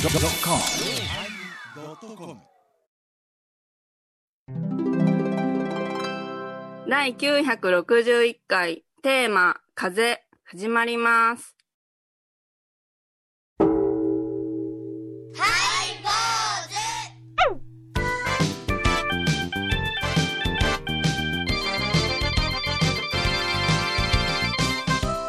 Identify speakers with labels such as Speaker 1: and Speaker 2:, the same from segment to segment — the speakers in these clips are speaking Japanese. Speaker 1: yosmir
Speaker 2: 第961回テーマ「風」始まります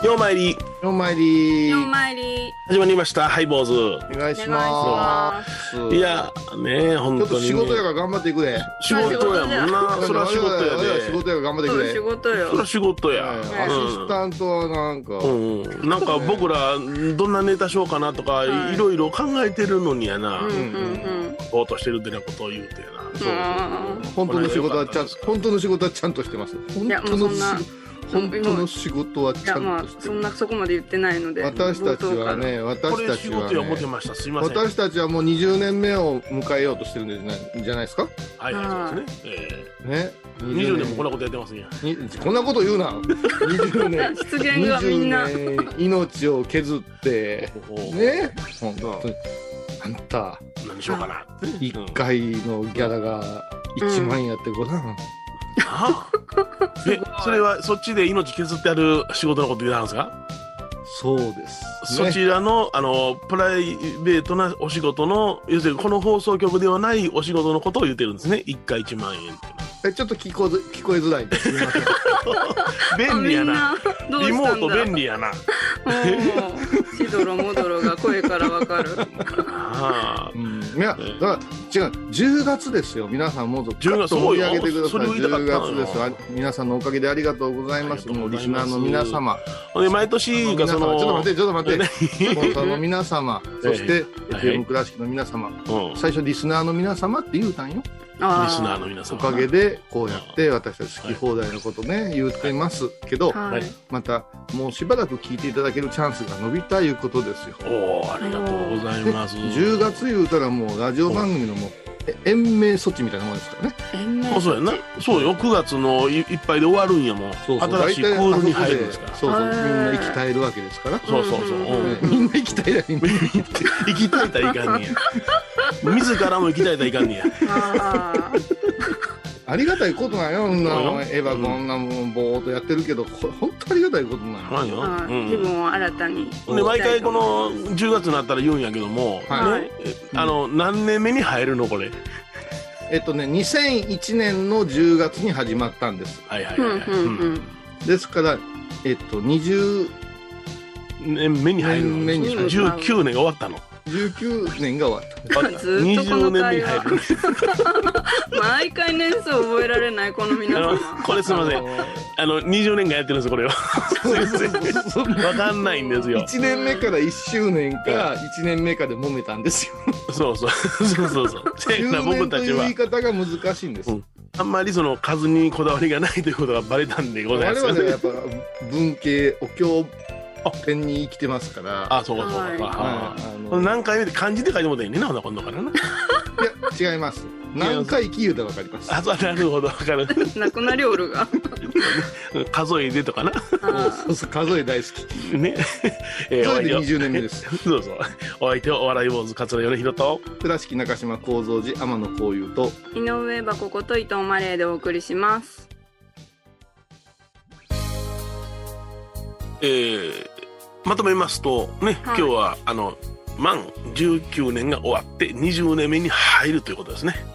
Speaker 3: ようまいり
Speaker 4: お参り
Speaker 2: お
Speaker 4: お
Speaker 2: 参り
Speaker 3: 始まりましたハイボーズ
Speaker 4: 願い
Speaker 2: お願い
Speaker 4: し
Speaker 2: し
Speaker 4: ま
Speaker 2: ます
Speaker 4: す
Speaker 3: いやねえ本
Speaker 4: ちょっ
Speaker 3: 当に、
Speaker 4: と
Speaker 3: ね、
Speaker 4: 仕事やから頑張っていくで
Speaker 3: 仕事やもんなそれは仕事や
Speaker 4: 我々は
Speaker 3: で
Speaker 4: 仕事やから頑張ってい
Speaker 2: そ
Speaker 4: く
Speaker 2: う
Speaker 4: で
Speaker 2: 仕事
Speaker 3: それは
Speaker 2: よ
Speaker 3: 仕事や、
Speaker 4: はい
Speaker 2: や
Speaker 4: アシスタントはなんか、
Speaker 3: うんうん、なんか僕らどんなネタしようかなとか
Speaker 2: はい
Speaker 3: いろいろ考えてるのにやな、
Speaker 2: うんうんう
Speaker 3: ぼーっとしてるってなことを言うてやな、
Speaker 2: ん
Speaker 4: 本当の仕事はちゃん
Speaker 3: こ
Speaker 4: 本当の仕事はちゃんとしてます本
Speaker 2: いやも
Speaker 4: 当
Speaker 2: うそ
Speaker 4: の
Speaker 2: ん
Speaker 4: 仕
Speaker 2: な
Speaker 4: 本当の仕事はち
Speaker 2: いや
Speaker 4: ゃ
Speaker 2: ま
Speaker 4: ん
Speaker 2: あ
Speaker 4: として
Speaker 2: そん
Speaker 4: ま
Speaker 2: な
Speaker 4: す
Speaker 2: そこまで言ってないので
Speaker 4: 私たちはね私
Speaker 3: れ
Speaker 4: た
Speaker 3: 仕
Speaker 4: ちは
Speaker 3: 事や思って
Speaker 4: ね
Speaker 3: ましたすいません
Speaker 4: 私たちはもう20年目を迎えようとしてるんじゃないじゃないですか
Speaker 3: はいはいそうですね、え
Speaker 4: ね
Speaker 3: え20年もこんなことやってますんや
Speaker 4: にこんなこと言うな20
Speaker 2: から
Speaker 4: 年
Speaker 2: 失言がみんな
Speaker 4: 20年命を削って
Speaker 3: ほほ
Speaker 4: ね本当にあんた
Speaker 3: 何しようかなってね
Speaker 4: 1回のギャラが1万円やってごらん、
Speaker 3: ああえそれはそっちで命削ってある仕事のこと言うてはるんですか、
Speaker 4: そうです、
Speaker 3: そ
Speaker 4: ね、
Speaker 3: ちらのあのプライベートなお仕事の要するにこの放送局ではないお仕事のことを言ってるんですね1回1万円って
Speaker 4: えちょっと聞こず聞こえづらいんですみませ
Speaker 3: いう
Speaker 4: ん
Speaker 3: の便利やな
Speaker 2: みんどう
Speaker 3: リ
Speaker 2: し
Speaker 3: モ
Speaker 2: た
Speaker 3: ー
Speaker 2: ん
Speaker 3: ト
Speaker 2: だ
Speaker 3: 便利やな
Speaker 2: もうしどろもどろが声からわ かる
Speaker 3: ああ
Speaker 4: うんいやだから違う10月ですよ皆さんもっと
Speaker 3: 10月
Speaker 4: 盛り上げてくだ
Speaker 3: そ
Speaker 4: さ
Speaker 3: れ
Speaker 4: い
Speaker 3: を言いたかった
Speaker 4: 10
Speaker 3: のよ
Speaker 4: 月ですあ皆さんのおかげでありがとうございます
Speaker 3: ありが
Speaker 4: も
Speaker 3: とう
Speaker 4: う
Speaker 3: ご
Speaker 4: リ
Speaker 3: ざい
Speaker 4: ス
Speaker 3: ます
Speaker 4: ナーの皆様
Speaker 3: ほんで毎年が
Speaker 4: 皆
Speaker 3: そ
Speaker 4: 様
Speaker 3: の
Speaker 4: ちょっと待ってちょっと 待って
Speaker 3: て
Speaker 4: スポンサーの皆 様そして
Speaker 3: はい
Speaker 4: FM 倉敷の皆様
Speaker 3: うん、リス
Speaker 4: 最初リスナーの皆様って言うたんよ
Speaker 3: ナーの皆
Speaker 4: お
Speaker 3: 様
Speaker 4: かげでこうやって私たち好き放題のことね言ってますけど
Speaker 2: はい
Speaker 4: またもうしばらく聞いていただけるチャンスが伸びたいうことですよ
Speaker 3: おおありがとうございます
Speaker 4: 10月言うたらもうラジオ番組のもうえ延命措置みたいなもんですからね
Speaker 2: 延命
Speaker 3: あそうやんなそうよ9月のいいっぱいで終わるんやもん新しいクールに入るんですから
Speaker 4: そうそうみ
Speaker 2: へ
Speaker 4: ん
Speaker 2: ー
Speaker 4: な生き絶えるわけですから、
Speaker 3: そうそうそう、
Speaker 2: うん
Speaker 3: うん
Speaker 4: ねみんな生き絶えないみんな生き絶
Speaker 3: 生きたいたらいかんねや自らも生きたいたらいかんねや
Speaker 2: あ
Speaker 4: えありがたいことなんよそんな
Speaker 3: そうよ
Speaker 4: エヴァこんなもんぼーっとやってるけどこれ本当ありがたいことなんよ
Speaker 3: まあ
Speaker 2: ー
Speaker 3: よ、
Speaker 2: あー
Speaker 3: うん
Speaker 2: 自分を新たに
Speaker 3: で毎回この10月になったら言うんやけども、
Speaker 4: はい
Speaker 3: ねあの何年目に入るのこれ
Speaker 4: えっとね2001年の10月に始まったんです
Speaker 3: はいはい
Speaker 2: うん
Speaker 3: はい、
Speaker 2: う
Speaker 3: はい
Speaker 2: んうん
Speaker 4: ですからえっと20
Speaker 3: うん年目に入るの
Speaker 4: 年目に
Speaker 2: 入る
Speaker 3: 19年が終わったの
Speaker 4: 19年が終わっ た
Speaker 2: ずーっとこの
Speaker 3: 20年目に
Speaker 2: 会
Speaker 3: 入
Speaker 2: 話
Speaker 3: る
Speaker 2: 毎回年数覚えられないこの皆
Speaker 3: あ
Speaker 2: 様
Speaker 3: のこれすみませんあの20年間やってるんですこれはすいませんわかんないんですよ
Speaker 4: 1年目から1周年か1年目かで揉めたんですよ
Speaker 3: そうそうそうそうそうせやから
Speaker 4: 10
Speaker 3: 僕
Speaker 4: 年と
Speaker 3: た
Speaker 4: い
Speaker 3: ち
Speaker 4: う
Speaker 3: は
Speaker 4: 言い方が難しいんです、
Speaker 3: うんあんまりその数にこだわりがないということがバレたんでござい
Speaker 4: 我
Speaker 3: ますよ
Speaker 4: 々は
Speaker 3: ね
Speaker 4: やっぱ文系お経典に生きてますから
Speaker 3: あそうかそうかそうか、
Speaker 4: はいあ
Speaker 3: この
Speaker 4: の
Speaker 3: 何回目で漢字で書いてもらったらいいねなほな今度からな
Speaker 4: いや違います何回聞いたら分かりま す
Speaker 3: あそうなるほどわかる
Speaker 2: なくなりおるが
Speaker 3: 数えでとかな
Speaker 4: そう
Speaker 2: あ
Speaker 4: そうそう数え大好き
Speaker 3: ねえー、お
Speaker 4: 数
Speaker 3: 相
Speaker 4: え
Speaker 3: 手
Speaker 4: で
Speaker 3: を
Speaker 4: 20年目です
Speaker 3: そうそうお相手をお笑い坊主桂米宏と
Speaker 4: 倉敷中島幸三寺天野幸雄と
Speaker 2: ー井上箱こと伊藤マレーでお送りします
Speaker 3: えーまとめますとね、今日はあの満19年が終わって20年目に入るということですね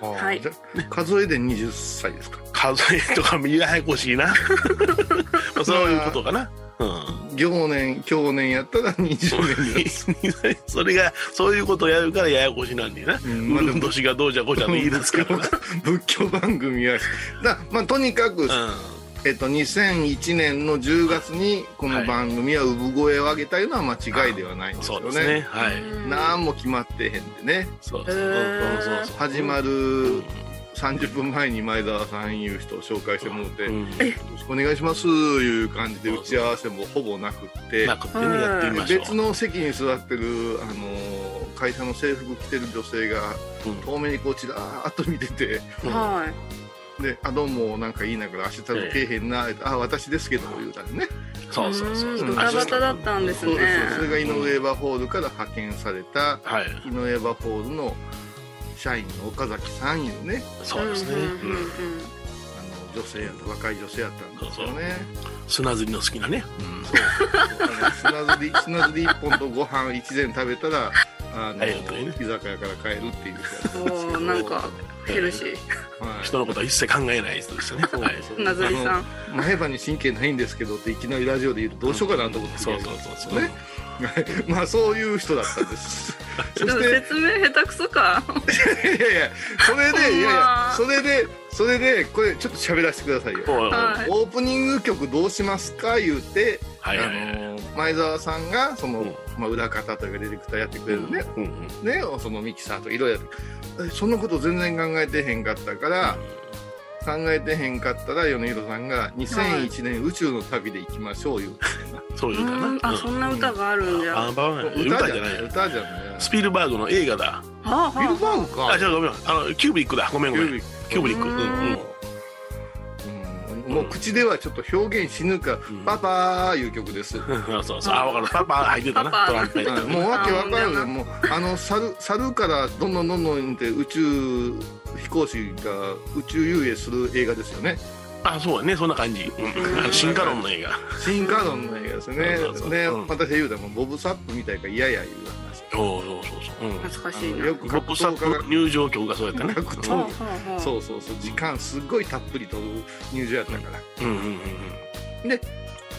Speaker 2: はい
Speaker 4: じゃ数えで20歳ですか
Speaker 3: 数えとかもややこしい なまあそういうことかなうん
Speaker 4: 行年去年やったら20年です
Speaker 3: それがそういうことをやるからややこしなんでな、う
Speaker 4: うんまあ
Speaker 3: るん年がどうじゃこうじゃの言い出すからな、
Speaker 4: 仏教番組はだまあとにかく、えっと、2001年の10月にこの番組は産声を上げたいうのは間違いではないん
Speaker 3: うん
Speaker 4: です
Speaker 3: そ
Speaker 4: よ
Speaker 3: う
Speaker 4: ね,、
Speaker 3: ですねはい、
Speaker 2: うん
Speaker 4: 何も決まってへんでね
Speaker 3: そうそう
Speaker 2: へー
Speaker 3: そうそう
Speaker 4: 始まる30分前に前澤さんいう人を紹介してもうて「
Speaker 3: う
Speaker 4: よ
Speaker 3: ん
Speaker 4: ろしくお願いします」いう感じで打ち合わせもほぼなくって
Speaker 3: なくってねやってみましょう
Speaker 4: 別の席に座ってる、あのー会社の制服着てる女性が
Speaker 3: うん
Speaker 4: 遠目にこうちらーっと見てて
Speaker 3: うん
Speaker 2: は
Speaker 4: で「あどうも」なんか言いながら「明日食けえへんな」あ私ですけど」言うたりね
Speaker 3: そうそうそう
Speaker 2: ーんバタバタだったんです
Speaker 4: そう
Speaker 2: ね
Speaker 4: ですよそれがイノウェーバーホールから派遣された
Speaker 3: はい
Speaker 4: イノウェーバーホールの社員の岡崎さんいうね
Speaker 3: そうですね、
Speaker 2: ん
Speaker 3: うん
Speaker 2: んうんうん
Speaker 4: あの女性やった若い女性やったんですよね
Speaker 3: 砂ずりの好きなね、
Speaker 4: そうあの砂ずり砂ずり1本とご飯一膳食べたらあの
Speaker 3: 帰るというね
Speaker 4: 居酒屋から帰るっていう
Speaker 2: おーなんかヘルシー
Speaker 4: はい
Speaker 3: 人のことは一切考えない人でしたね、はい、
Speaker 2: なずりさん
Speaker 4: あの前歯に神経ないんですけどっていきなりラジオで言うとどうしようかなと思って
Speaker 3: そうそうそうそう、
Speaker 4: ね まあそういう人だったんです そ
Speaker 2: でも
Speaker 4: して
Speaker 2: 説明下手くそか
Speaker 4: いやいやそ
Speaker 2: ほ
Speaker 4: れ
Speaker 2: んま
Speaker 4: でいやいやそれでそれでこれちょっと喋らせてくださいよ
Speaker 3: おいおい
Speaker 2: はい
Speaker 4: オープニング曲どうしますか言うて、
Speaker 3: はいはいはい
Speaker 4: あの前澤さんがその、
Speaker 3: うん
Speaker 4: まあ、裏方というかディレクターやってくれるね,、
Speaker 3: うんうん
Speaker 4: ねそのミキサーといろいろやってえそんなこと全然考えてへんかったから、考えてへんかったら米広さんが「2001年宇宙の旅で行きましょう」言うて
Speaker 3: そう
Speaker 2: う
Speaker 3: いうかな、
Speaker 2: ーんあそんな歌があるんじゃ
Speaker 3: あ
Speaker 2: あ
Speaker 3: バーン
Speaker 4: 歌
Speaker 3: 歌
Speaker 4: じ
Speaker 3: じゃ
Speaker 4: ゃな
Speaker 3: ないい
Speaker 4: 歌じ ゃない
Speaker 3: スピルバーグの映画だ
Speaker 2: はあ
Speaker 4: ビル
Speaker 2: は
Speaker 4: バーグか
Speaker 3: あじゃあごめんあのキュービックだごめんごめんキューブリック
Speaker 2: う
Speaker 3: うんんうん
Speaker 4: うんもう口ではちょっと表現しぬか
Speaker 3: う
Speaker 4: 「
Speaker 3: ん
Speaker 4: パパ」いう曲です
Speaker 3: うんそうそうあ分かるパパ入ってたな
Speaker 2: パパ
Speaker 3: トランプ入ってた
Speaker 4: もうわけわからんよもうあの猿猿からどんどんどんどんって宇宙飛行士が宇宙遊泳する映画ですよね
Speaker 3: あそうやねそんな感じ、うん、あの進化論の映画
Speaker 4: 新カードンの映画ですね
Speaker 3: そうそうそう
Speaker 4: ね
Speaker 3: うん
Speaker 4: 私が言うたらもうボブ・サップみたいか嫌やいう話
Speaker 3: おおそうそうそう、うん
Speaker 2: あ、懐か
Speaker 4: あ
Speaker 2: しい
Speaker 4: の
Speaker 2: な
Speaker 4: よく
Speaker 3: ボ
Speaker 4: 格
Speaker 3: ッサ
Speaker 4: 闘
Speaker 3: ッ
Speaker 4: 家が
Speaker 3: プ入場曲がそうやったね
Speaker 4: 格闘
Speaker 2: はあはあはあ
Speaker 4: そうそうそう時間すっごいたっぷりとる入場やったから
Speaker 3: うんうんうんうん
Speaker 4: い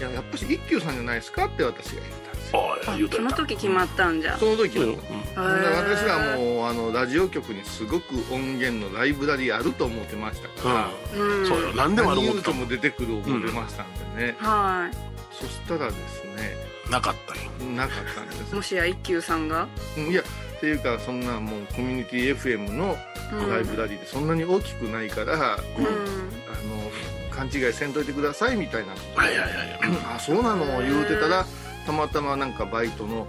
Speaker 4: ややっぱし一休さんじゃないですかって私が言ったんですよ
Speaker 3: おい
Speaker 2: あ
Speaker 3: 言うと
Speaker 2: その
Speaker 3: やった
Speaker 2: 時決まったんじゃ
Speaker 4: その時
Speaker 3: そうよ、
Speaker 4: の
Speaker 3: う
Speaker 4: ほんで私ら
Speaker 2: う
Speaker 4: もうあのラジオ局にすごく音源のライブラリーあると思ってましたか
Speaker 3: ん
Speaker 4: ら、
Speaker 2: うん
Speaker 3: そうよ何でもある
Speaker 4: 何
Speaker 3: 思って
Speaker 4: 言う
Speaker 3: た
Speaker 4: と
Speaker 3: も
Speaker 4: も出てくる思ってましたんでね、
Speaker 2: は
Speaker 4: そしたらですね
Speaker 3: なかったよ
Speaker 4: なかったんで
Speaker 2: いもしや一休さんが
Speaker 4: すうんいやっていうかそんなもうコミュニティ FM の
Speaker 2: うん
Speaker 4: ライブラリーってそんなに大きくないから、
Speaker 2: う
Speaker 4: あ
Speaker 2: ん
Speaker 4: の勘違いせんといてくださいみたいな
Speaker 3: はいはいはい
Speaker 4: あそうなの言うてたらたまたまなんかバイトの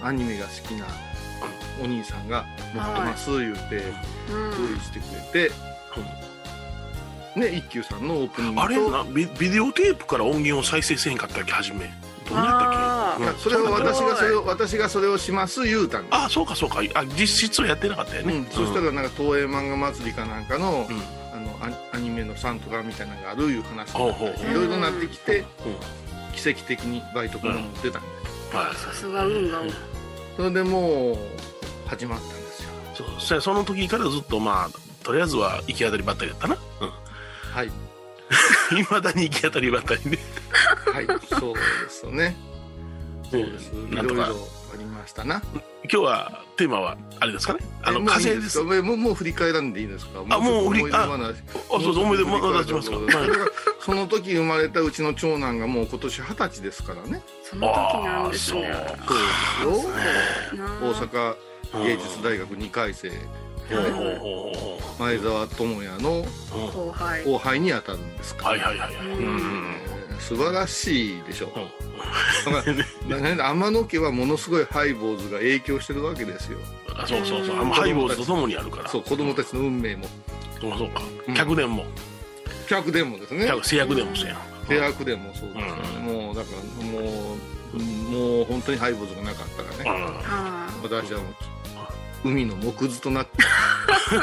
Speaker 4: あのアニメが好きなお兄さんが「持ってます」言うて注意してくれて、ね一休さんのオープニングと
Speaker 3: あれなビビデオテープから音源を再生せへんかったっけ初めどんなやった
Speaker 2: あ
Speaker 3: っけ、
Speaker 4: い
Speaker 3: うん
Speaker 4: やそれは私がそれを私がそれをします言うたんです
Speaker 3: あそうかそうかあ実質はやってなかったよね、
Speaker 4: うん、そしたらなんか東映漫画祭りかなんかの,、
Speaker 3: うん
Speaker 4: あのアアニメのサントラみたいなのがあるいう話
Speaker 3: ほうほうほ
Speaker 4: いろいろなってきて
Speaker 3: うん
Speaker 4: 奇跡的にバイトから持ってたんで、
Speaker 3: うはい
Speaker 2: さすが運が多い
Speaker 4: それでもう始まったんですよ
Speaker 3: そうそしたらその時からずっとまあとりあえずは行き当たりばったりだったな
Speaker 4: はい
Speaker 3: いま、未だに行き当たりばったりで、
Speaker 4: はいそうです よねそうですい
Speaker 3: な
Speaker 4: ろ
Speaker 3: ん
Speaker 4: い
Speaker 3: と
Speaker 4: ろ
Speaker 3: か
Speaker 4: ありましたな
Speaker 3: 今日はテーマはあれですかねあの
Speaker 4: えもういい
Speaker 3: 火星です
Speaker 4: かもうもう振り返らんでいいんですか
Speaker 3: あもう振り
Speaker 4: ちょっと思い出話
Speaker 3: あそうそう思い出まだしますか、は
Speaker 4: そう
Speaker 3: い
Speaker 4: それがその時生まれたうちの長男がもう今年二十歳ですからね
Speaker 2: その時な
Speaker 3: あ
Speaker 2: ん
Speaker 3: あ
Speaker 2: です
Speaker 3: そう
Speaker 2: ね
Speaker 4: そうですよ
Speaker 2: なあ
Speaker 4: 大阪芸術大学2回生
Speaker 3: ほうほうほうほ
Speaker 4: 前澤智也の
Speaker 3: ううん
Speaker 2: 後輩
Speaker 4: 後輩にあたるんですか
Speaker 3: はい
Speaker 4: ら
Speaker 3: はいはいはい
Speaker 2: うん
Speaker 4: えー素晴らしいでしょ
Speaker 3: うん
Speaker 4: だから天野家はものすごいハイボーズが影響してるわけですよ
Speaker 3: あそうそうそううんあのハイボールとともにあるから
Speaker 4: そう子供たちの運命も
Speaker 3: そうそうか
Speaker 4: うん
Speaker 3: 客伝も
Speaker 4: 客でもですね
Speaker 3: 客制約伝もそうやん
Speaker 4: 契約でもそうですよね、もうだからもうもう本当にハイボーズがなかったらね、
Speaker 3: うん
Speaker 2: あ
Speaker 4: 私はもう海の木図となって
Speaker 2: あ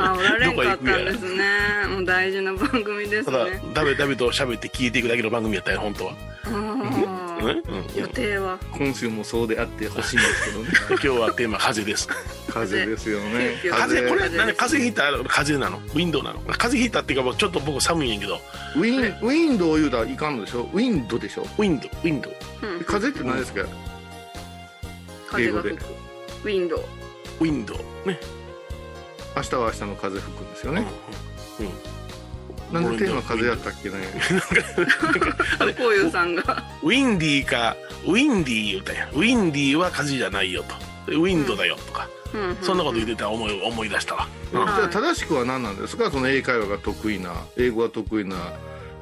Speaker 2: ああおられんかったんですねもう大事な番組です
Speaker 3: ただ
Speaker 2: ね
Speaker 3: だべだべと喋って聞いていくだけの番組やったよ本当は
Speaker 2: うん
Speaker 3: ねうん
Speaker 2: 予定は
Speaker 4: 今週もそうであってほしいんですけどね
Speaker 3: 今日 はテーマ風です
Speaker 4: 風ですよね
Speaker 2: 風
Speaker 3: 風これ
Speaker 2: 風
Speaker 3: 何風邪ひいたら風邪なのウィンドウなの風邪ひいたっていうかちょっと僕寒いんやけど
Speaker 4: ウィンウィンドウ言うたらいかんのでしょウィンドでしょ
Speaker 3: ウィンドウウィンドウ
Speaker 2: うん
Speaker 4: 風って何ですか
Speaker 2: 風が吹
Speaker 4: 英
Speaker 2: くウィンドウ
Speaker 3: ウィンドウね
Speaker 4: 明日は明日の風吹くんですよね、
Speaker 3: うんうん
Speaker 4: なんでテーマ風やったっけね
Speaker 2: こういうさんが
Speaker 3: ウィンディーかウィンディー言うたんやウィンディーは風邪じゃないよとウィンドウだよとかそんなこと言ってたら思い思い出したわ
Speaker 4: じ
Speaker 3: うん
Speaker 4: ゃあ正しくは何なんですかその英会話が得意な英語が得意な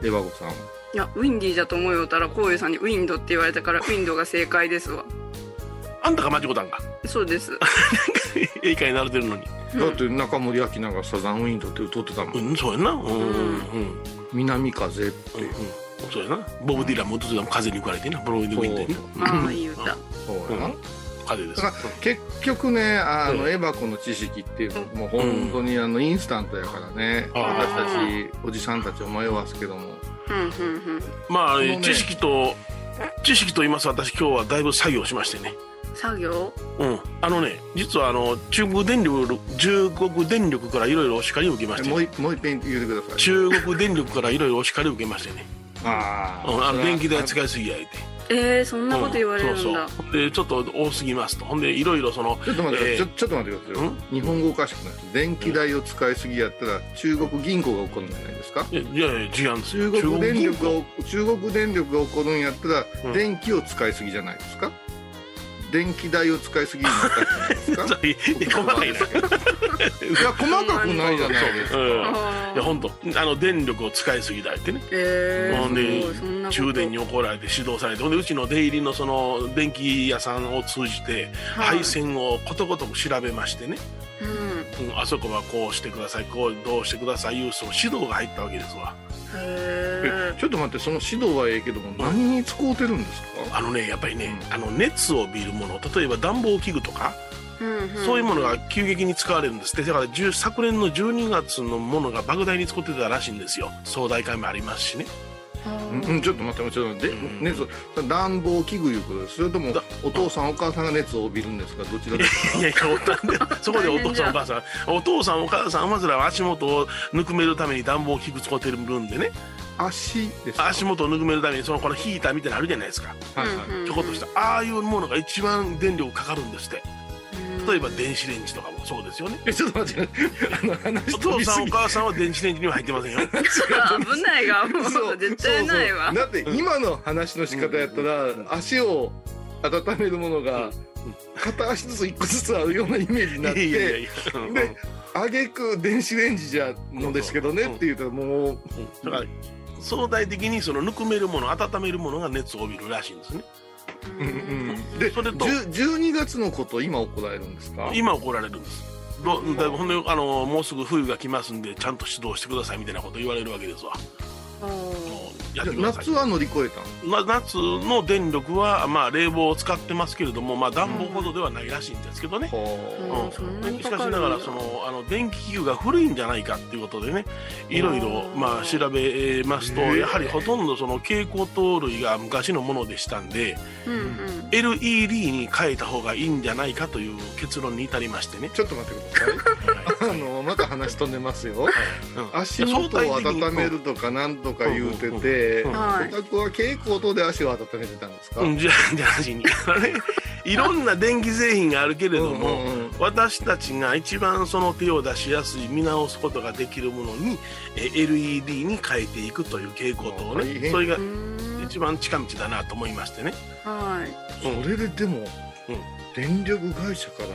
Speaker 4: エバ子さん
Speaker 2: いやウィンディーじゃと思うよったらこういうさんにウィンドって言われたからウィンドが正解ですわ
Speaker 3: あんたが間違うたんか
Speaker 2: そうです
Speaker 3: 英会に慣れてるのに
Speaker 4: だって中森明菜がサザンウィンドって歌ってたもん、
Speaker 3: うんそうやんなうんうんうん
Speaker 4: 南風って、
Speaker 3: うんそうやなボブ・ディランもずっと風に吹かれてなブロイドウィンドに
Speaker 4: そ
Speaker 2: ああいい歌
Speaker 4: そうやな、
Speaker 3: うん風です
Speaker 4: だから結局ねあの、
Speaker 3: うん
Speaker 4: エバコの知識っていうのもう本当にあのインスタントやからね、
Speaker 3: ああ
Speaker 4: 私たちおじさんたちを迷わすけども
Speaker 2: うんうんうん
Speaker 3: まあ、
Speaker 4: そのね
Speaker 3: 知識と知識と言いますと私今日はだいぶ作業しましてね
Speaker 2: 作業
Speaker 3: うんあのね実はあの中国電力中国電力からいろいろお叱りを受けまし
Speaker 4: え
Speaker 3: て
Speaker 4: も
Speaker 3: ね
Speaker 4: ういもう一遍言ってください
Speaker 3: 中国電力からいろいろお叱りを受けましてね、
Speaker 4: あ
Speaker 3: うん、あの
Speaker 4: それは
Speaker 3: 電気代使いすぎやいて
Speaker 2: えー、そんなこと言われるんだ、
Speaker 3: うん、そうそうでちょっと多すぎますとほんでいろいろその
Speaker 4: ちょっと待って、
Speaker 3: えー
Speaker 4: ちょちょっと待ってくださいよ
Speaker 3: ん
Speaker 4: 日本語おかしくないです電気代を使いすぎやったら中国銀行が怒るんじゃないですか
Speaker 3: いやいやいや違うんです
Speaker 4: 中
Speaker 3: よ
Speaker 4: 国電
Speaker 3: 銀
Speaker 4: 力
Speaker 3: 行
Speaker 4: が中国電力が怒るんやったら、
Speaker 3: うん
Speaker 4: 電気を使いすぎじゃないですか電気代を使いすぎになったじゃない ですか
Speaker 3: いや細かいな、
Speaker 4: いや細かくないじゃないですか
Speaker 3: うん、
Speaker 2: あ
Speaker 3: いや本当あの電力を使いすぎだってね
Speaker 2: え
Speaker 3: ほん
Speaker 2: ー、
Speaker 3: です
Speaker 2: ごいそんなこと
Speaker 3: 中電に怒られて指導されてほんでうちの出入りのその電気屋さんを通じて
Speaker 2: はい
Speaker 3: 配線をことごとく調べましてね、
Speaker 2: うん
Speaker 3: うんあそこはこうしてくださいこうどうしてくださいいうその指導が入ったわけですわ
Speaker 2: へ
Speaker 4: えちょっと待ってその指導はええけども何に使うてるんですか
Speaker 3: あのねやっぱりね、あの熱を帯びるもの例えば暖房器具とか、
Speaker 2: え、うんうん、
Speaker 3: そういうものが急激に使われるんですってだから10昨年の12月のものが莫大に使ってたらしいんですよ壮大会もありま すしね
Speaker 4: うんうん、ちょっと待ってちょっと待っ
Speaker 3: う
Speaker 4: て、
Speaker 3: ん
Speaker 4: 熱暖房器具いうことですそれとも
Speaker 3: だ
Speaker 4: お父さんお母さんが熱を帯びるんですかどちらです か
Speaker 3: いやいやおたそこでお父さんお母さんお父さんお母さんまずらは足元をぬくめるために暖房器具使ってる分でね
Speaker 4: 足ですか
Speaker 3: 足元をぬくめるためにそのこのヒーターみたいなのあるじゃないですか
Speaker 4: はいはい、
Speaker 2: うんうん
Speaker 3: ちょこっとしたああいうものが一番電力かかるんですって
Speaker 2: うん
Speaker 3: 例えば電子レンジとかもそうですよね
Speaker 4: えちょっと待ってあの話
Speaker 3: お父さんお
Speaker 4: ぎ
Speaker 3: 母さんは電子レンジには入ってませんよ
Speaker 2: 危ないがも
Speaker 4: そう
Speaker 2: う絶対ないわ
Speaker 4: そうそうだって今の話の仕方やったら、足を温めるものが片足ずつ一個ずつあるようなイメージに
Speaker 3: い
Speaker 4: な
Speaker 3: や
Speaker 4: っ
Speaker 3: いや
Speaker 4: て
Speaker 3: いやうんうん
Speaker 4: であげく電子レンジじゃのですけどね
Speaker 3: うん
Speaker 4: って言うともう
Speaker 3: だから相対的にそのぬくめるもの温めるものが熱を帯びるらしいんですね
Speaker 4: うんうんで
Speaker 3: それと
Speaker 4: じゅ12月のこと今怒られるんですか
Speaker 3: 今怒られるんですどだほんであのもうすぐ冬が来ますんでちゃんと指導してくださいみたいなこと言われるわけですわ
Speaker 2: お
Speaker 3: やってください
Speaker 4: 夏は乗り越えたの
Speaker 3: な夏の電力は、まあ、冷房を使ってますけれども、まあ、暖房ほどではないらしいんですけどね、
Speaker 2: うん
Speaker 3: うん
Speaker 2: あそんなに
Speaker 3: し
Speaker 2: か
Speaker 3: か
Speaker 2: か
Speaker 3: し
Speaker 2: るんだ
Speaker 3: ながらそのあの電気器具が古いんじゃないかっていうことでねいろいろ
Speaker 2: うん
Speaker 3: まあ調べますと
Speaker 4: へえ
Speaker 3: やはりほとんどその蛍光灯類が昔のものでしたんで
Speaker 2: ーうん
Speaker 3: LED に変えた方がいいんじゃないかという結論に至りましてね。
Speaker 4: ちょっと待ってくださいあのまた話飛んでますよ
Speaker 3: うん
Speaker 4: 足元を温めるとかなんとか言うてて、
Speaker 3: うん
Speaker 2: うんはい
Speaker 4: お宅は蛍光灯で足を温めてたんですか、
Speaker 3: うん、じゃあじゃあ話にあれいろんな電気製品があるけれども、
Speaker 4: うんうんうん
Speaker 3: 私たちが一番その手を出しやすい見直すことができるものにえ LED に変えていくという傾向と
Speaker 4: あ大
Speaker 3: ね
Speaker 4: 変
Speaker 3: それが
Speaker 2: うんうん
Speaker 3: 一番近道だなと思いましてね
Speaker 2: はい
Speaker 4: それででも、
Speaker 3: うん
Speaker 4: 電力会社から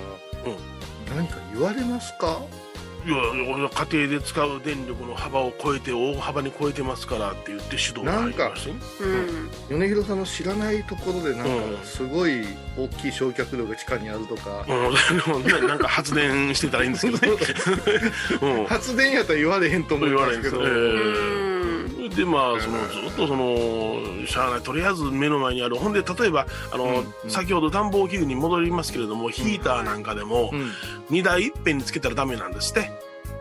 Speaker 3: うん
Speaker 4: 何か言われますか、
Speaker 3: いや俺は家庭で使う電力の幅を超えて大幅に超えてますからって言って指導が入りましてね
Speaker 2: うん
Speaker 4: 米広さんの知らないところでなん
Speaker 3: うん
Speaker 4: かすごい大きい焼却炉が地下にあるとか、
Speaker 3: うんでもななんか発電してたらいいんですけどね、 うん、
Speaker 4: 発電やったら言われへんと思い
Speaker 3: 言わ
Speaker 4: ま
Speaker 3: れるんで
Speaker 4: すけ
Speaker 3: すよ、
Speaker 4: ど、
Speaker 3: え
Speaker 2: う
Speaker 3: ー
Speaker 2: ん
Speaker 3: でまあそのずっとそのしゃあないとりあえず目の前にあるほんで例えばあの、
Speaker 4: うんうん
Speaker 3: 先ほど暖房器具に戻りますけれども、ヒーターなんかでも
Speaker 4: うん
Speaker 3: 2台いっぺんにつけたらダメなんですって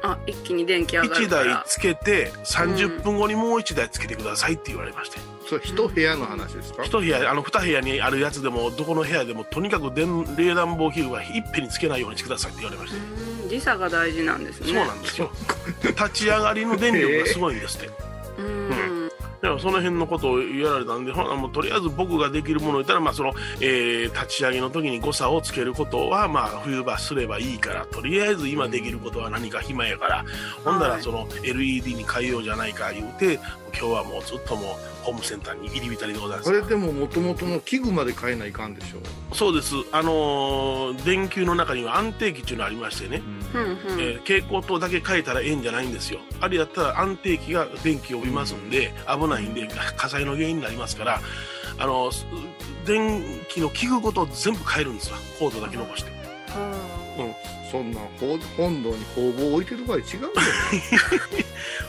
Speaker 2: あ一気に電気上が
Speaker 3: 1
Speaker 2: るか
Speaker 3: 台
Speaker 2: ら
Speaker 3: つけて30分後にもう1台つけてくださいって言われまして
Speaker 4: それ一部屋の話ですか、
Speaker 3: 1部屋あの2部屋にあるやつでもどこの部屋でもとにかく電冷暖房器具はいっぺんにつけないようにしてくださいって言われまして、
Speaker 2: うん時差が大事なんですね
Speaker 3: そうなんですよ立ち上がりの電力がすごいんですって
Speaker 2: うん
Speaker 3: だからその辺のことをやられたんでほなもうとりあえず僕ができるものを言ったら、まあそのえー立ち上げの時に誤差をつけることは、まあ、冬場すればいいからとりあえず今できることは何か暇やから、ほんな
Speaker 2: は
Speaker 3: ら
Speaker 2: い
Speaker 3: その LED に変えようじゃないか言うて今日はもうずっともうホームセンターに入り浸りでございます
Speaker 4: それでも元々の器具まで買えないかんでしょう、
Speaker 3: そうです、あのー電球の中には安定器っていうのありましてね、
Speaker 2: うんうん
Speaker 3: えー蛍光灯だけ変えたらええんじゃないんですよあれやったら安定器が電気を帯びますんで、危ないんで火災の原因になりますからあのす電気の器具ごと全部変えるんですわコードだけ残して、
Speaker 2: あ
Speaker 4: そんなほう本堂に工房置いてる場合違うよ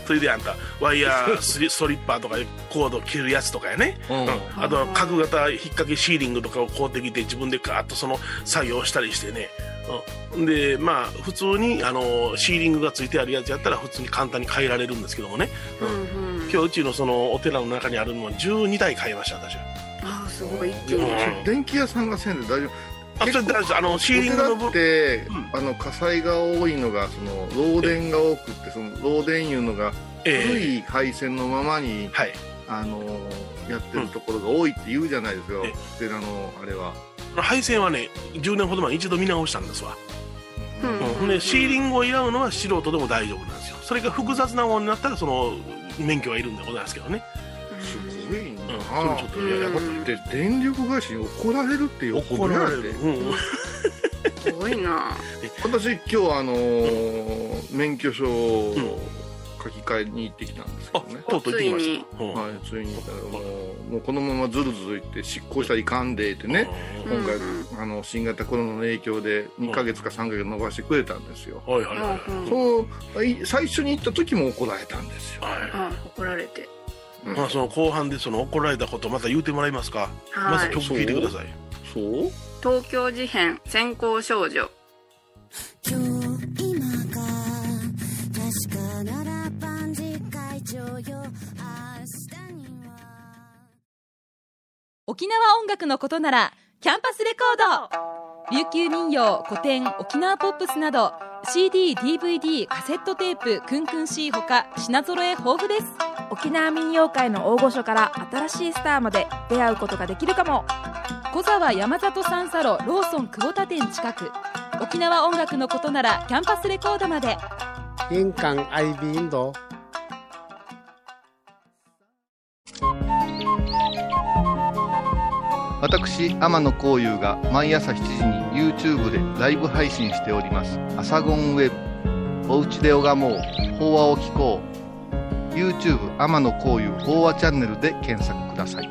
Speaker 3: それであんたワイヤースリストリッパーとかでコード切るやつとかやね、
Speaker 4: うん
Speaker 3: うんあとは角型引っ掛けシーリングとかを買うてきて自分でガーッとその作業したりしてね、うん、でまあ普通にあのシーリングがついてあるやつやったら普通に簡単に変えられるんですけどもね
Speaker 2: うんうん
Speaker 3: 今日うちのそのお寺の中にあるのは12台買いました私は
Speaker 2: あーすごい一気に
Speaker 3: うん
Speaker 4: 電気屋さんがせんで大丈夫
Speaker 3: あそれ大丈夫あのシーリングの
Speaker 4: お寺っ
Speaker 3: 分
Speaker 4: て、
Speaker 3: うん
Speaker 4: あの火災が多いのがその漏電が多くってその漏電いうのが古
Speaker 3: ええ
Speaker 4: い配線のままに、
Speaker 3: はい
Speaker 4: あのーやってるところが多いって言うじゃないですか、
Speaker 3: ええ
Speaker 4: お寺のあれは、
Speaker 3: 配線はね10年ほど前に一度見直したんですわ、
Speaker 2: う
Speaker 3: うん
Speaker 2: ん
Speaker 3: ほんでシーリングを選ぶのは素人でも大丈夫なんですよそれが複雑なものになったらその免許はいるんでございますけどね、
Speaker 4: すごい
Speaker 3: うん、そ
Speaker 4: な、
Speaker 3: れちょっとややこしい
Speaker 4: で電力会社に怒られるってよっぽ
Speaker 3: 怒
Speaker 4: どや
Speaker 3: ら
Speaker 4: っ
Speaker 3: れる、
Speaker 4: て
Speaker 3: うんうん、
Speaker 2: すごいな
Speaker 4: 私今日あのー免許証を
Speaker 3: うん
Speaker 4: 書き換えに行ってきたんですけ
Speaker 3: あ
Speaker 4: どね、
Speaker 3: とうとう行ってきまし
Speaker 4: はい、ついにだからもうもうこのままずるずるいって執行したらいかんでって
Speaker 3: た
Speaker 4: ね、
Speaker 2: うん
Speaker 4: 今回
Speaker 2: う
Speaker 4: あの新型コロナの影響で2ヶ月か3ヶ月伸ばしてくれたんですよ、
Speaker 3: うんはいはい
Speaker 2: ん
Speaker 3: はい
Speaker 2: うん
Speaker 4: そうい最初に行った時も怒られたんですよ
Speaker 3: は
Speaker 2: あ怒られて
Speaker 4: うん
Speaker 3: いまあその後半でその怒られたことまた言うてもらえますかまず
Speaker 2: はい
Speaker 3: 曲聴いてください
Speaker 4: そう
Speaker 2: 東京事変先行少女
Speaker 1: 今日今か確かなら万事会長よ明日には
Speaker 5: 沖縄音楽のことならキャンパスレコード琉球民謡古典沖縄ポップスなど CDDVD カセットテープクンクン C ほか品揃え豊富です
Speaker 6: 沖縄民謡界の大御所から新しいスターまで出会うことができるかも
Speaker 5: 小沢山里三佐路ローソン久保田店近く沖縄音楽のことならキャンパスレコードまで
Speaker 7: 因港爱民路。
Speaker 8: 私天野幸雄が毎朝7時に YouTube でライブ配信しております「アサゴンウェブ」「おうちで拝もう法話を聞こう」YouTube 天野幸雄法話チャンネルで検索ください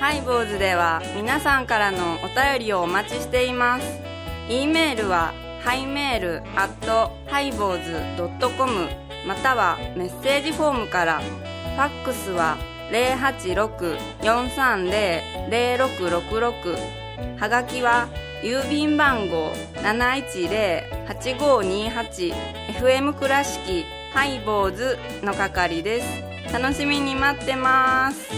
Speaker 2: ハイボーズでは皆さんからのお便りをお待ちしています。e メールはハイメールアットハイボーズドットコムまたはメッセージフォームから、ファックスは086-430-0666はがきは郵便番号710-8528 FM 倉敷ハイボーズの係です。楽しみに待ってます。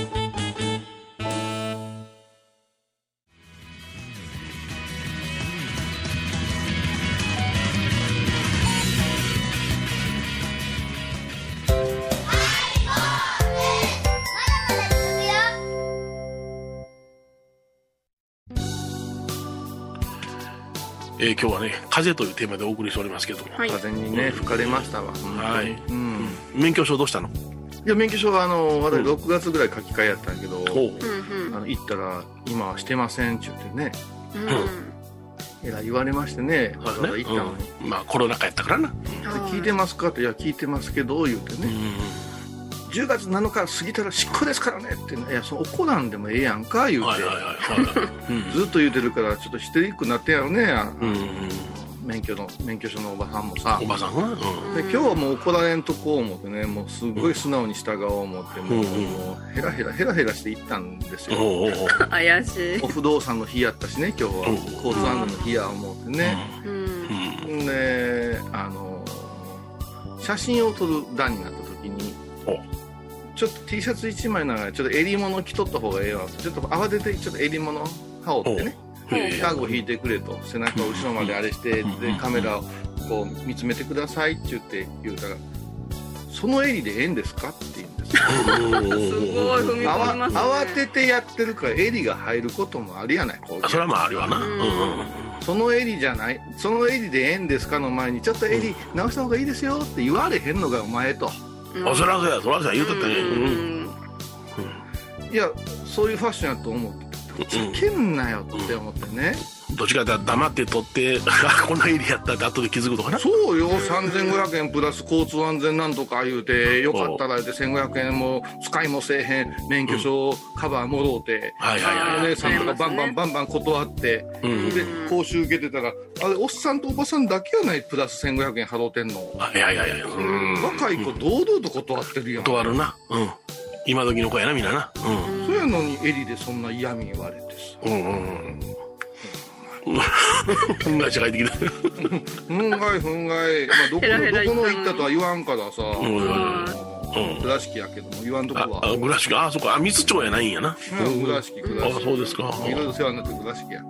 Speaker 3: えー今日はね「風」というテーマでお送りしておりますけども
Speaker 2: はい
Speaker 4: 風にね吹かれましたわ
Speaker 3: は
Speaker 4: 本
Speaker 3: い
Speaker 4: 当にうん
Speaker 3: 免許証どうしたの
Speaker 4: いや免許証はあの私
Speaker 3: うん
Speaker 4: 6月ぐらい書き換えやったんやけど、
Speaker 3: ほう
Speaker 2: うん
Speaker 4: あの行ったら「今はしてません」って言ってね
Speaker 2: うん
Speaker 3: うん
Speaker 4: えらい言われましてねわざ
Speaker 3: そ
Speaker 4: わ
Speaker 3: うだ
Speaker 4: ざ
Speaker 3: ね
Speaker 4: 行ったのに、
Speaker 3: うんまあコロナ禍やったからな
Speaker 4: で聞いてますか?」って「いや聞いてますけど」言うて
Speaker 3: う
Speaker 4: ね
Speaker 3: ん
Speaker 4: 「10月7日過ぎたら執行ですからね」ってね「いやその怒らんでもええやんか」言うて、
Speaker 3: はいはいはいはいうん
Speaker 4: ずっと言うてるからちょっとヒステリックになってんやろねあ
Speaker 3: うん
Speaker 4: 免許の免許証のおばさんもさ
Speaker 3: おばさんがなうん
Speaker 4: で今日はもう怒られんとこう思ってねもうすごい素直に従おう思って、もう
Speaker 3: うん
Speaker 4: もうヘラヘラヘラヘラして行ったんですよ、
Speaker 3: おうおうおう
Speaker 2: 怪しい
Speaker 4: お不動産の日やったしね今日は、
Speaker 3: うん
Speaker 4: 交通安全の日や思ってね、
Speaker 2: うん
Speaker 3: うんうん
Speaker 4: んであの写真を撮る段になった時に
Speaker 3: お
Speaker 4: ちょっと T シャツ1枚ながらちょっと襟物着とった方がええわちょっと慌ててちょっと襟物羽織ってね
Speaker 3: ええ
Speaker 4: タグを引いてくれと背中を後ろまであれしてで
Speaker 3: うん
Speaker 4: カメラをこう見つめてくださいって言って言うたら「その襟でええんですか?」って言うん ですよ
Speaker 3: うんう
Speaker 2: す
Speaker 3: ん
Speaker 2: ごい踏み
Speaker 4: あ
Speaker 2: 込
Speaker 4: わ
Speaker 2: みますね
Speaker 4: 慌ててやってるから襟が入ることもありやないこう
Speaker 3: あそれはまああるわな
Speaker 2: うん
Speaker 4: その襟じゃないその襟でええんですかの前にちょっと襟直した方がいいですよって言われへんのがお前と
Speaker 2: うん
Speaker 3: あそらそうやそらそうや言うとったね
Speaker 2: うん
Speaker 3: うん
Speaker 4: いやそういうファッションやと思ってふざけんなよって思ってね
Speaker 3: どっちかだ黙って取って あこんなエリアやったって後で気づくとかな
Speaker 4: そうよ3500円プラス交通安全なんとか言うてよかったら言うて1500円も使いもせえへん免許証カバーもろうて、
Speaker 3: はいはいはい
Speaker 4: お姉さんとかバンバ
Speaker 2: うん
Speaker 4: ンバンバン断って、
Speaker 3: うん
Speaker 4: で講習受けてたらあれおっさんとおばさんだけやないプラス1500円払うてんの、
Speaker 3: はいはいはいはいうん
Speaker 4: 若い子堂々と断ってるやん、
Speaker 3: 断るなうん今時の子やなみんなな
Speaker 4: そうやのにエリでそんな嫌味言われてさ
Speaker 3: うんうんうん うん会社帰ってきた
Speaker 4: ふんがいふんがい、まあ、どこ
Speaker 2: ヘラヘラ言ったの
Speaker 4: ど
Speaker 2: に
Speaker 4: この行ったとは言わんからさ、
Speaker 3: うんうんうん
Speaker 4: 倉敷やけども言わんとこ
Speaker 3: あ
Speaker 4: は
Speaker 3: あ倉敷あそっかあ水町やないんやな
Speaker 4: うん倉敷倉敷
Speaker 3: あそうですか
Speaker 4: いろいろ世話になって倉敷や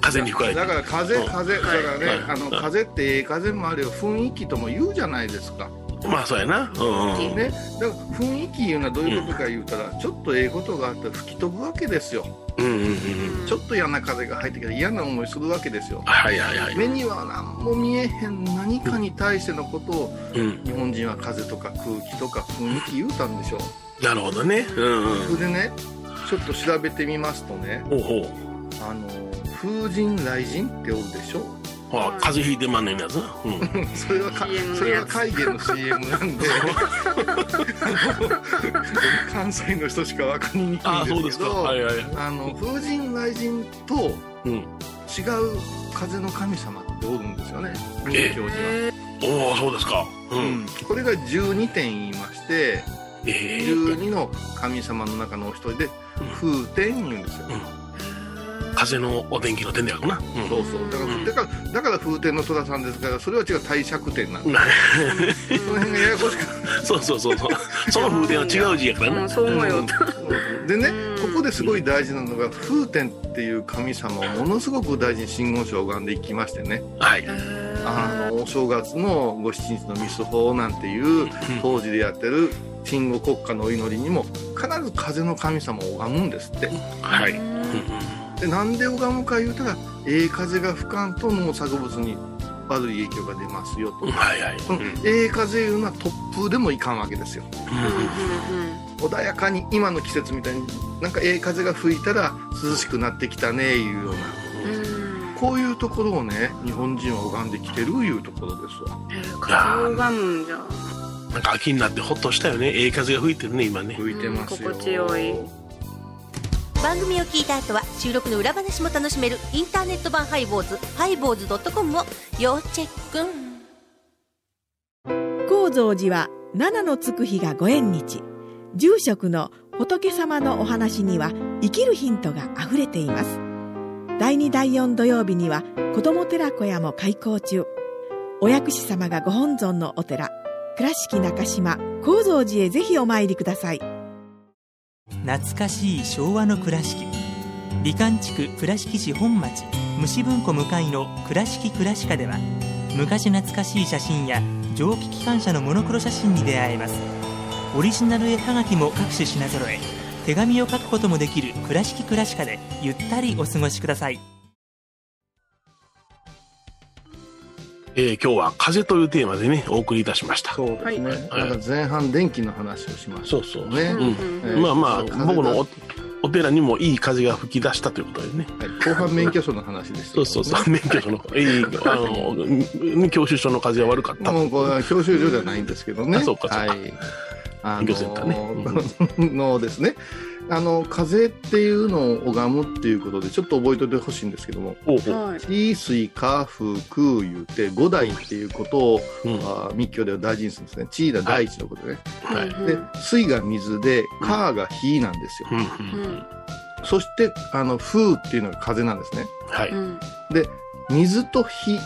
Speaker 3: あ風に吹かれて
Speaker 4: だから風
Speaker 3: うん
Speaker 4: 風だからね、
Speaker 3: はい
Speaker 4: あの風ってええ風もあるよ雰囲気とも言うじゃないですか、
Speaker 3: まあそうやなうんうん
Speaker 4: ね、だから雰囲気いうのはどういうことか言うたら、ちょっとええことがあったら吹き飛ぶわけですよ
Speaker 3: うんうんうん
Speaker 4: ちょっと嫌な風が入ってきたら嫌な思いするわけですよ
Speaker 3: はいはいはい
Speaker 4: 目には何も見えへん何かに対してのことを
Speaker 3: うん
Speaker 4: 日本人は風とか空気とか雰囲気言うたんでしょう
Speaker 3: なるほどねうんうん
Speaker 4: それでねちょっと調べてみますとね
Speaker 3: ほうほう
Speaker 4: あの風神雷神っておるでしょ
Speaker 3: あ風邪ひいてまんねんのやつなうん
Speaker 4: それはか
Speaker 2: CM
Speaker 4: それは海外の CM なんで あの関西の人しか分かりにく
Speaker 3: あ
Speaker 4: い
Speaker 3: あそ
Speaker 4: ん
Speaker 3: う
Speaker 4: で
Speaker 3: ですす
Speaker 4: け
Speaker 3: か
Speaker 4: どあ
Speaker 3: はいはいはい
Speaker 4: の風神雷神と
Speaker 3: うん
Speaker 4: 違う風の神様っておるんですよね
Speaker 3: え
Speaker 4: 仏教には、
Speaker 3: おおそうですかう
Speaker 4: うんん、これが12点言いまして
Speaker 3: ええ
Speaker 4: 12の神様の中のお一人で風天言うんですよ、
Speaker 3: 風のお天気の天だよなうん
Speaker 4: そうそうだから,、
Speaker 3: うん
Speaker 4: だからだから風天の寅さんですからそれは違う帝釈天なんで
Speaker 3: な
Speaker 4: すその辺がややこし く
Speaker 3: そうそうそう そうその風天は違う字やから
Speaker 2: う
Speaker 3: なん
Speaker 2: そう思うよ
Speaker 4: でね
Speaker 2: うん
Speaker 4: ここですごい大事なのが風天っていう神様をものすごく大事に真言宗を拝んでいきましてね
Speaker 3: はい
Speaker 4: あのお正月のご七日のミス法なんていう当時でやってる鎮護国家のお祈りにも必ず風の神様を拝むんですって
Speaker 3: はいうん
Speaker 4: でなんで拝むか言うたらええ風が吹かんと農作物に悪い影響が出ますよと
Speaker 3: うんはいはい
Speaker 4: そのええ風いうのは突風でもいかんわけですよ穏やかに今の季節みたいになんかええ風が吹いたら涼しくなってきたねいうようなこういうところをね日本人は拝んできてるいうところですわ
Speaker 2: 顔がむんじゃん
Speaker 3: なんか秋になってほっとしたよねええ風が吹いてるね今ね
Speaker 4: 吹いてますよ、
Speaker 2: うん心地よい
Speaker 9: 番組を聞いた後は収録の裏話も楽しめるインターネット版ハイボーズハイボーズドットコムを要チェック
Speaker 10: 高蔵寺は七のつく日がご縁日住職の仏様のお話には生きるヒントがあふれています第2第4土曜日には子ども寺小屋も開校中お薬師様がご本尊のお寺倉敷中島・高蔵寺へぜひお参りください
Speaker 11: 懐かしい昭和の倉敷美観地区倉敷市本町虫文庫向かいの「倉敷倉敷科」では昔懐かしい写真や蒸気機関車のモノクロ写真に出会えますオリジナル絵はがきも各種品揃え手紙を書くこともできる「倉敷倉敷科」でゆったりお過ごしください
Speaker 3: えー今日は風というテーマでねお送りいたしました
Speaker 4: そうですね、
Speaker 3: はい
Speaker 4: なんか前半電気の話をしました
Speaker 3: そうそう
Speaker 4: ね、
Speaker 3: うん
Speaker 4: えー
Speaker 3: まあまあ
Speaker 4: 風が
Speaker 3: 僕の
Speaker 4: は
Speaker 3: おお寺にもいい風が吹き出したということでね
Speaker 4: い後半免許証の話でした
Speaker 3: そうそうそう免許証 のいいあの教習所の風は悪かった
Speaker 4: もうこれは教習所じゃないんですけどね
Speaker 3: あそうかそうか
Speaker 4: はいあ
Speaker 3: 免許センターね
Speaker 4: の のですねあの風っていうのを拝むっていうことでちょっと覚えておいてほしいんですけども
Speaker 3: おうおう
Speaker 2: はい
Speaker 4: 地水火風空言うて五代っていうことを、
Speaker 3: うん
Speaker 4: あー密教では大事にするんですね地位が第一のことね、
Speaker 3: はい
Speaker 4: で水が水で火が火なんですよ、
Speaker 3: うんうん
Speaker 2: うん
Speaker 4: そしてあの風っていうのが風なんですね
Speaker 3: はい
Speaker 2: うん
Speaker 4: 水と火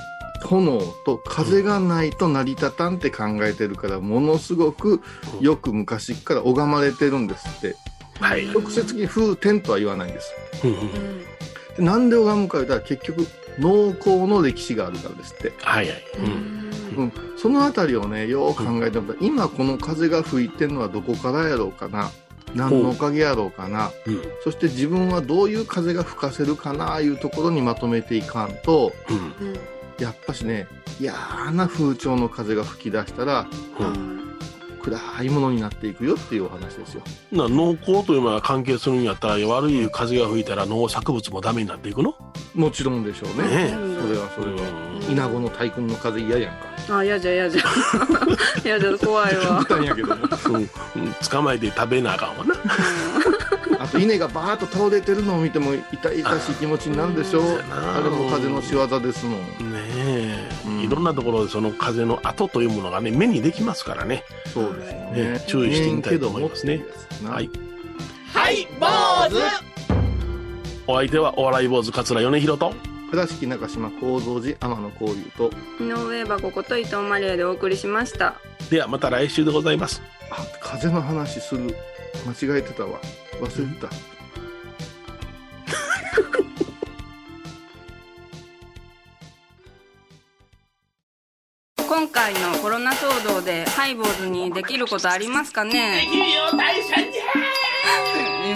Speaker 4: 炎と風がないと成り立たんって考えてるからものすごくよく昔から拝まれてるんですって
Speaker 3: はいうん
Speaker 4: 直接的に風天とは言わないんです
Speaker 3: うん
Speaker 4: でなんで拝むか言ったら結局農耕の歴史があるからですって、
Speaker 3: はいはいうん
Speaker 4: うん、その辺りをねよう考えてもらった今この風が吹いてるのはどこからやろうかな何のおかげやろうかな
Speaker 3: うん
Speaker 4: そして自分はどういう風が吹かせるかないうところにまとめていかんと
Speaker 3: うん
Speaker 4: やっぱしね嫌な風潮の風が吹き出したら
Speaker 3: うん
Speaker 4: 暗いものになっていくよっていうお話ですよ。
Speaker 3: な農耕というのは関係するんやったら悪い風が吹いたら農作物もダメになっていくの
Speaker 4: もちろんでしょうね
Speaker 3: ねえ
Speaker 4: それはそれは稲子の大群の風嫌やんか
Speaker 2: あやじゃやじゃやじゃ怖いわ
Speaker 4: 極端やけども
Speaker 3: うん捕まえて食べなあかんわな
Speaker 4: あと稲がバーッと倒れてるのを見ても痛々しい気持ちになるでしょうあれも風の仕業ですもん
Speaker 3: ねえ、いろんなところでその風の跡というものがね目にできますからね
Speaker 4: そうですね
Speaker 3: 注意してみたいと思いますねはい
Speaker 12: はい坊主
Speaker 3: お相手はお笑い坊主桂米広と
Speaker 4: 倉敷中島幸三寺天野幸雄と
Speaker 2: 井上箱こと伊藤マリアでお送りしました
Speaker 3: ではまた来週でございます
Speaker 4: あ風の話する間違えてたわ忘れてた、
Speaker 2: 今回のコロナ騒動でハイボーズにできることありますかね
Speaker 12: できるよ大社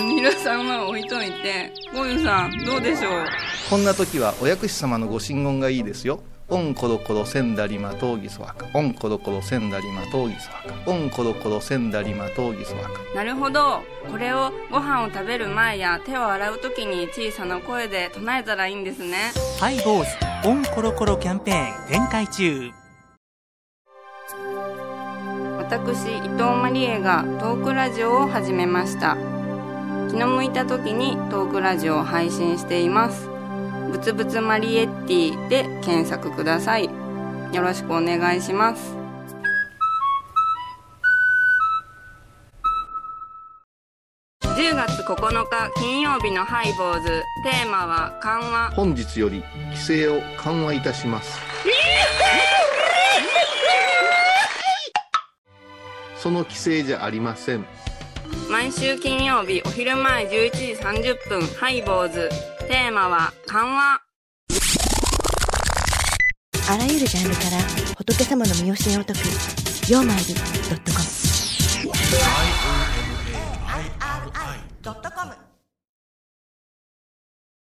Speaker 12: に
Speaker 2: 皆さんは置いといてゴユさんどうでしょう
Speaker 8: こんな時はお薬師様のご神言がいいですよ。オンコロコロセンダリマトーギソワカ。オンコロコロセンダリマトーギソワカ。オンコロコロセンダリマトーギソワカ。
Speaker 2: なるほどこれをご飯を食べる前や手を洗う時に小さな声で唱えたらいいんですね
Speaker 11: ハイボーズオンコロコロキャンペーン展開中
Speaker 2: 私伊藤マリエがトークラジオを始めました気の向いた時にトークラジオを配信していますぶつぶつマリエッティで検索くださいよろしくお願いします10月9日金曜日のハイボーズテーマは緩和
Speaker 4: 本日より規制を緩和いたしますその規制じゃありません
Speaker 2: 毎週金曜日お昼前11時30分ハイボーズテーマは緩和
Speaker 13: あらゆるジャンルから仏様の身教えを解く「曜マイルドットコム」
Speaker 12: はい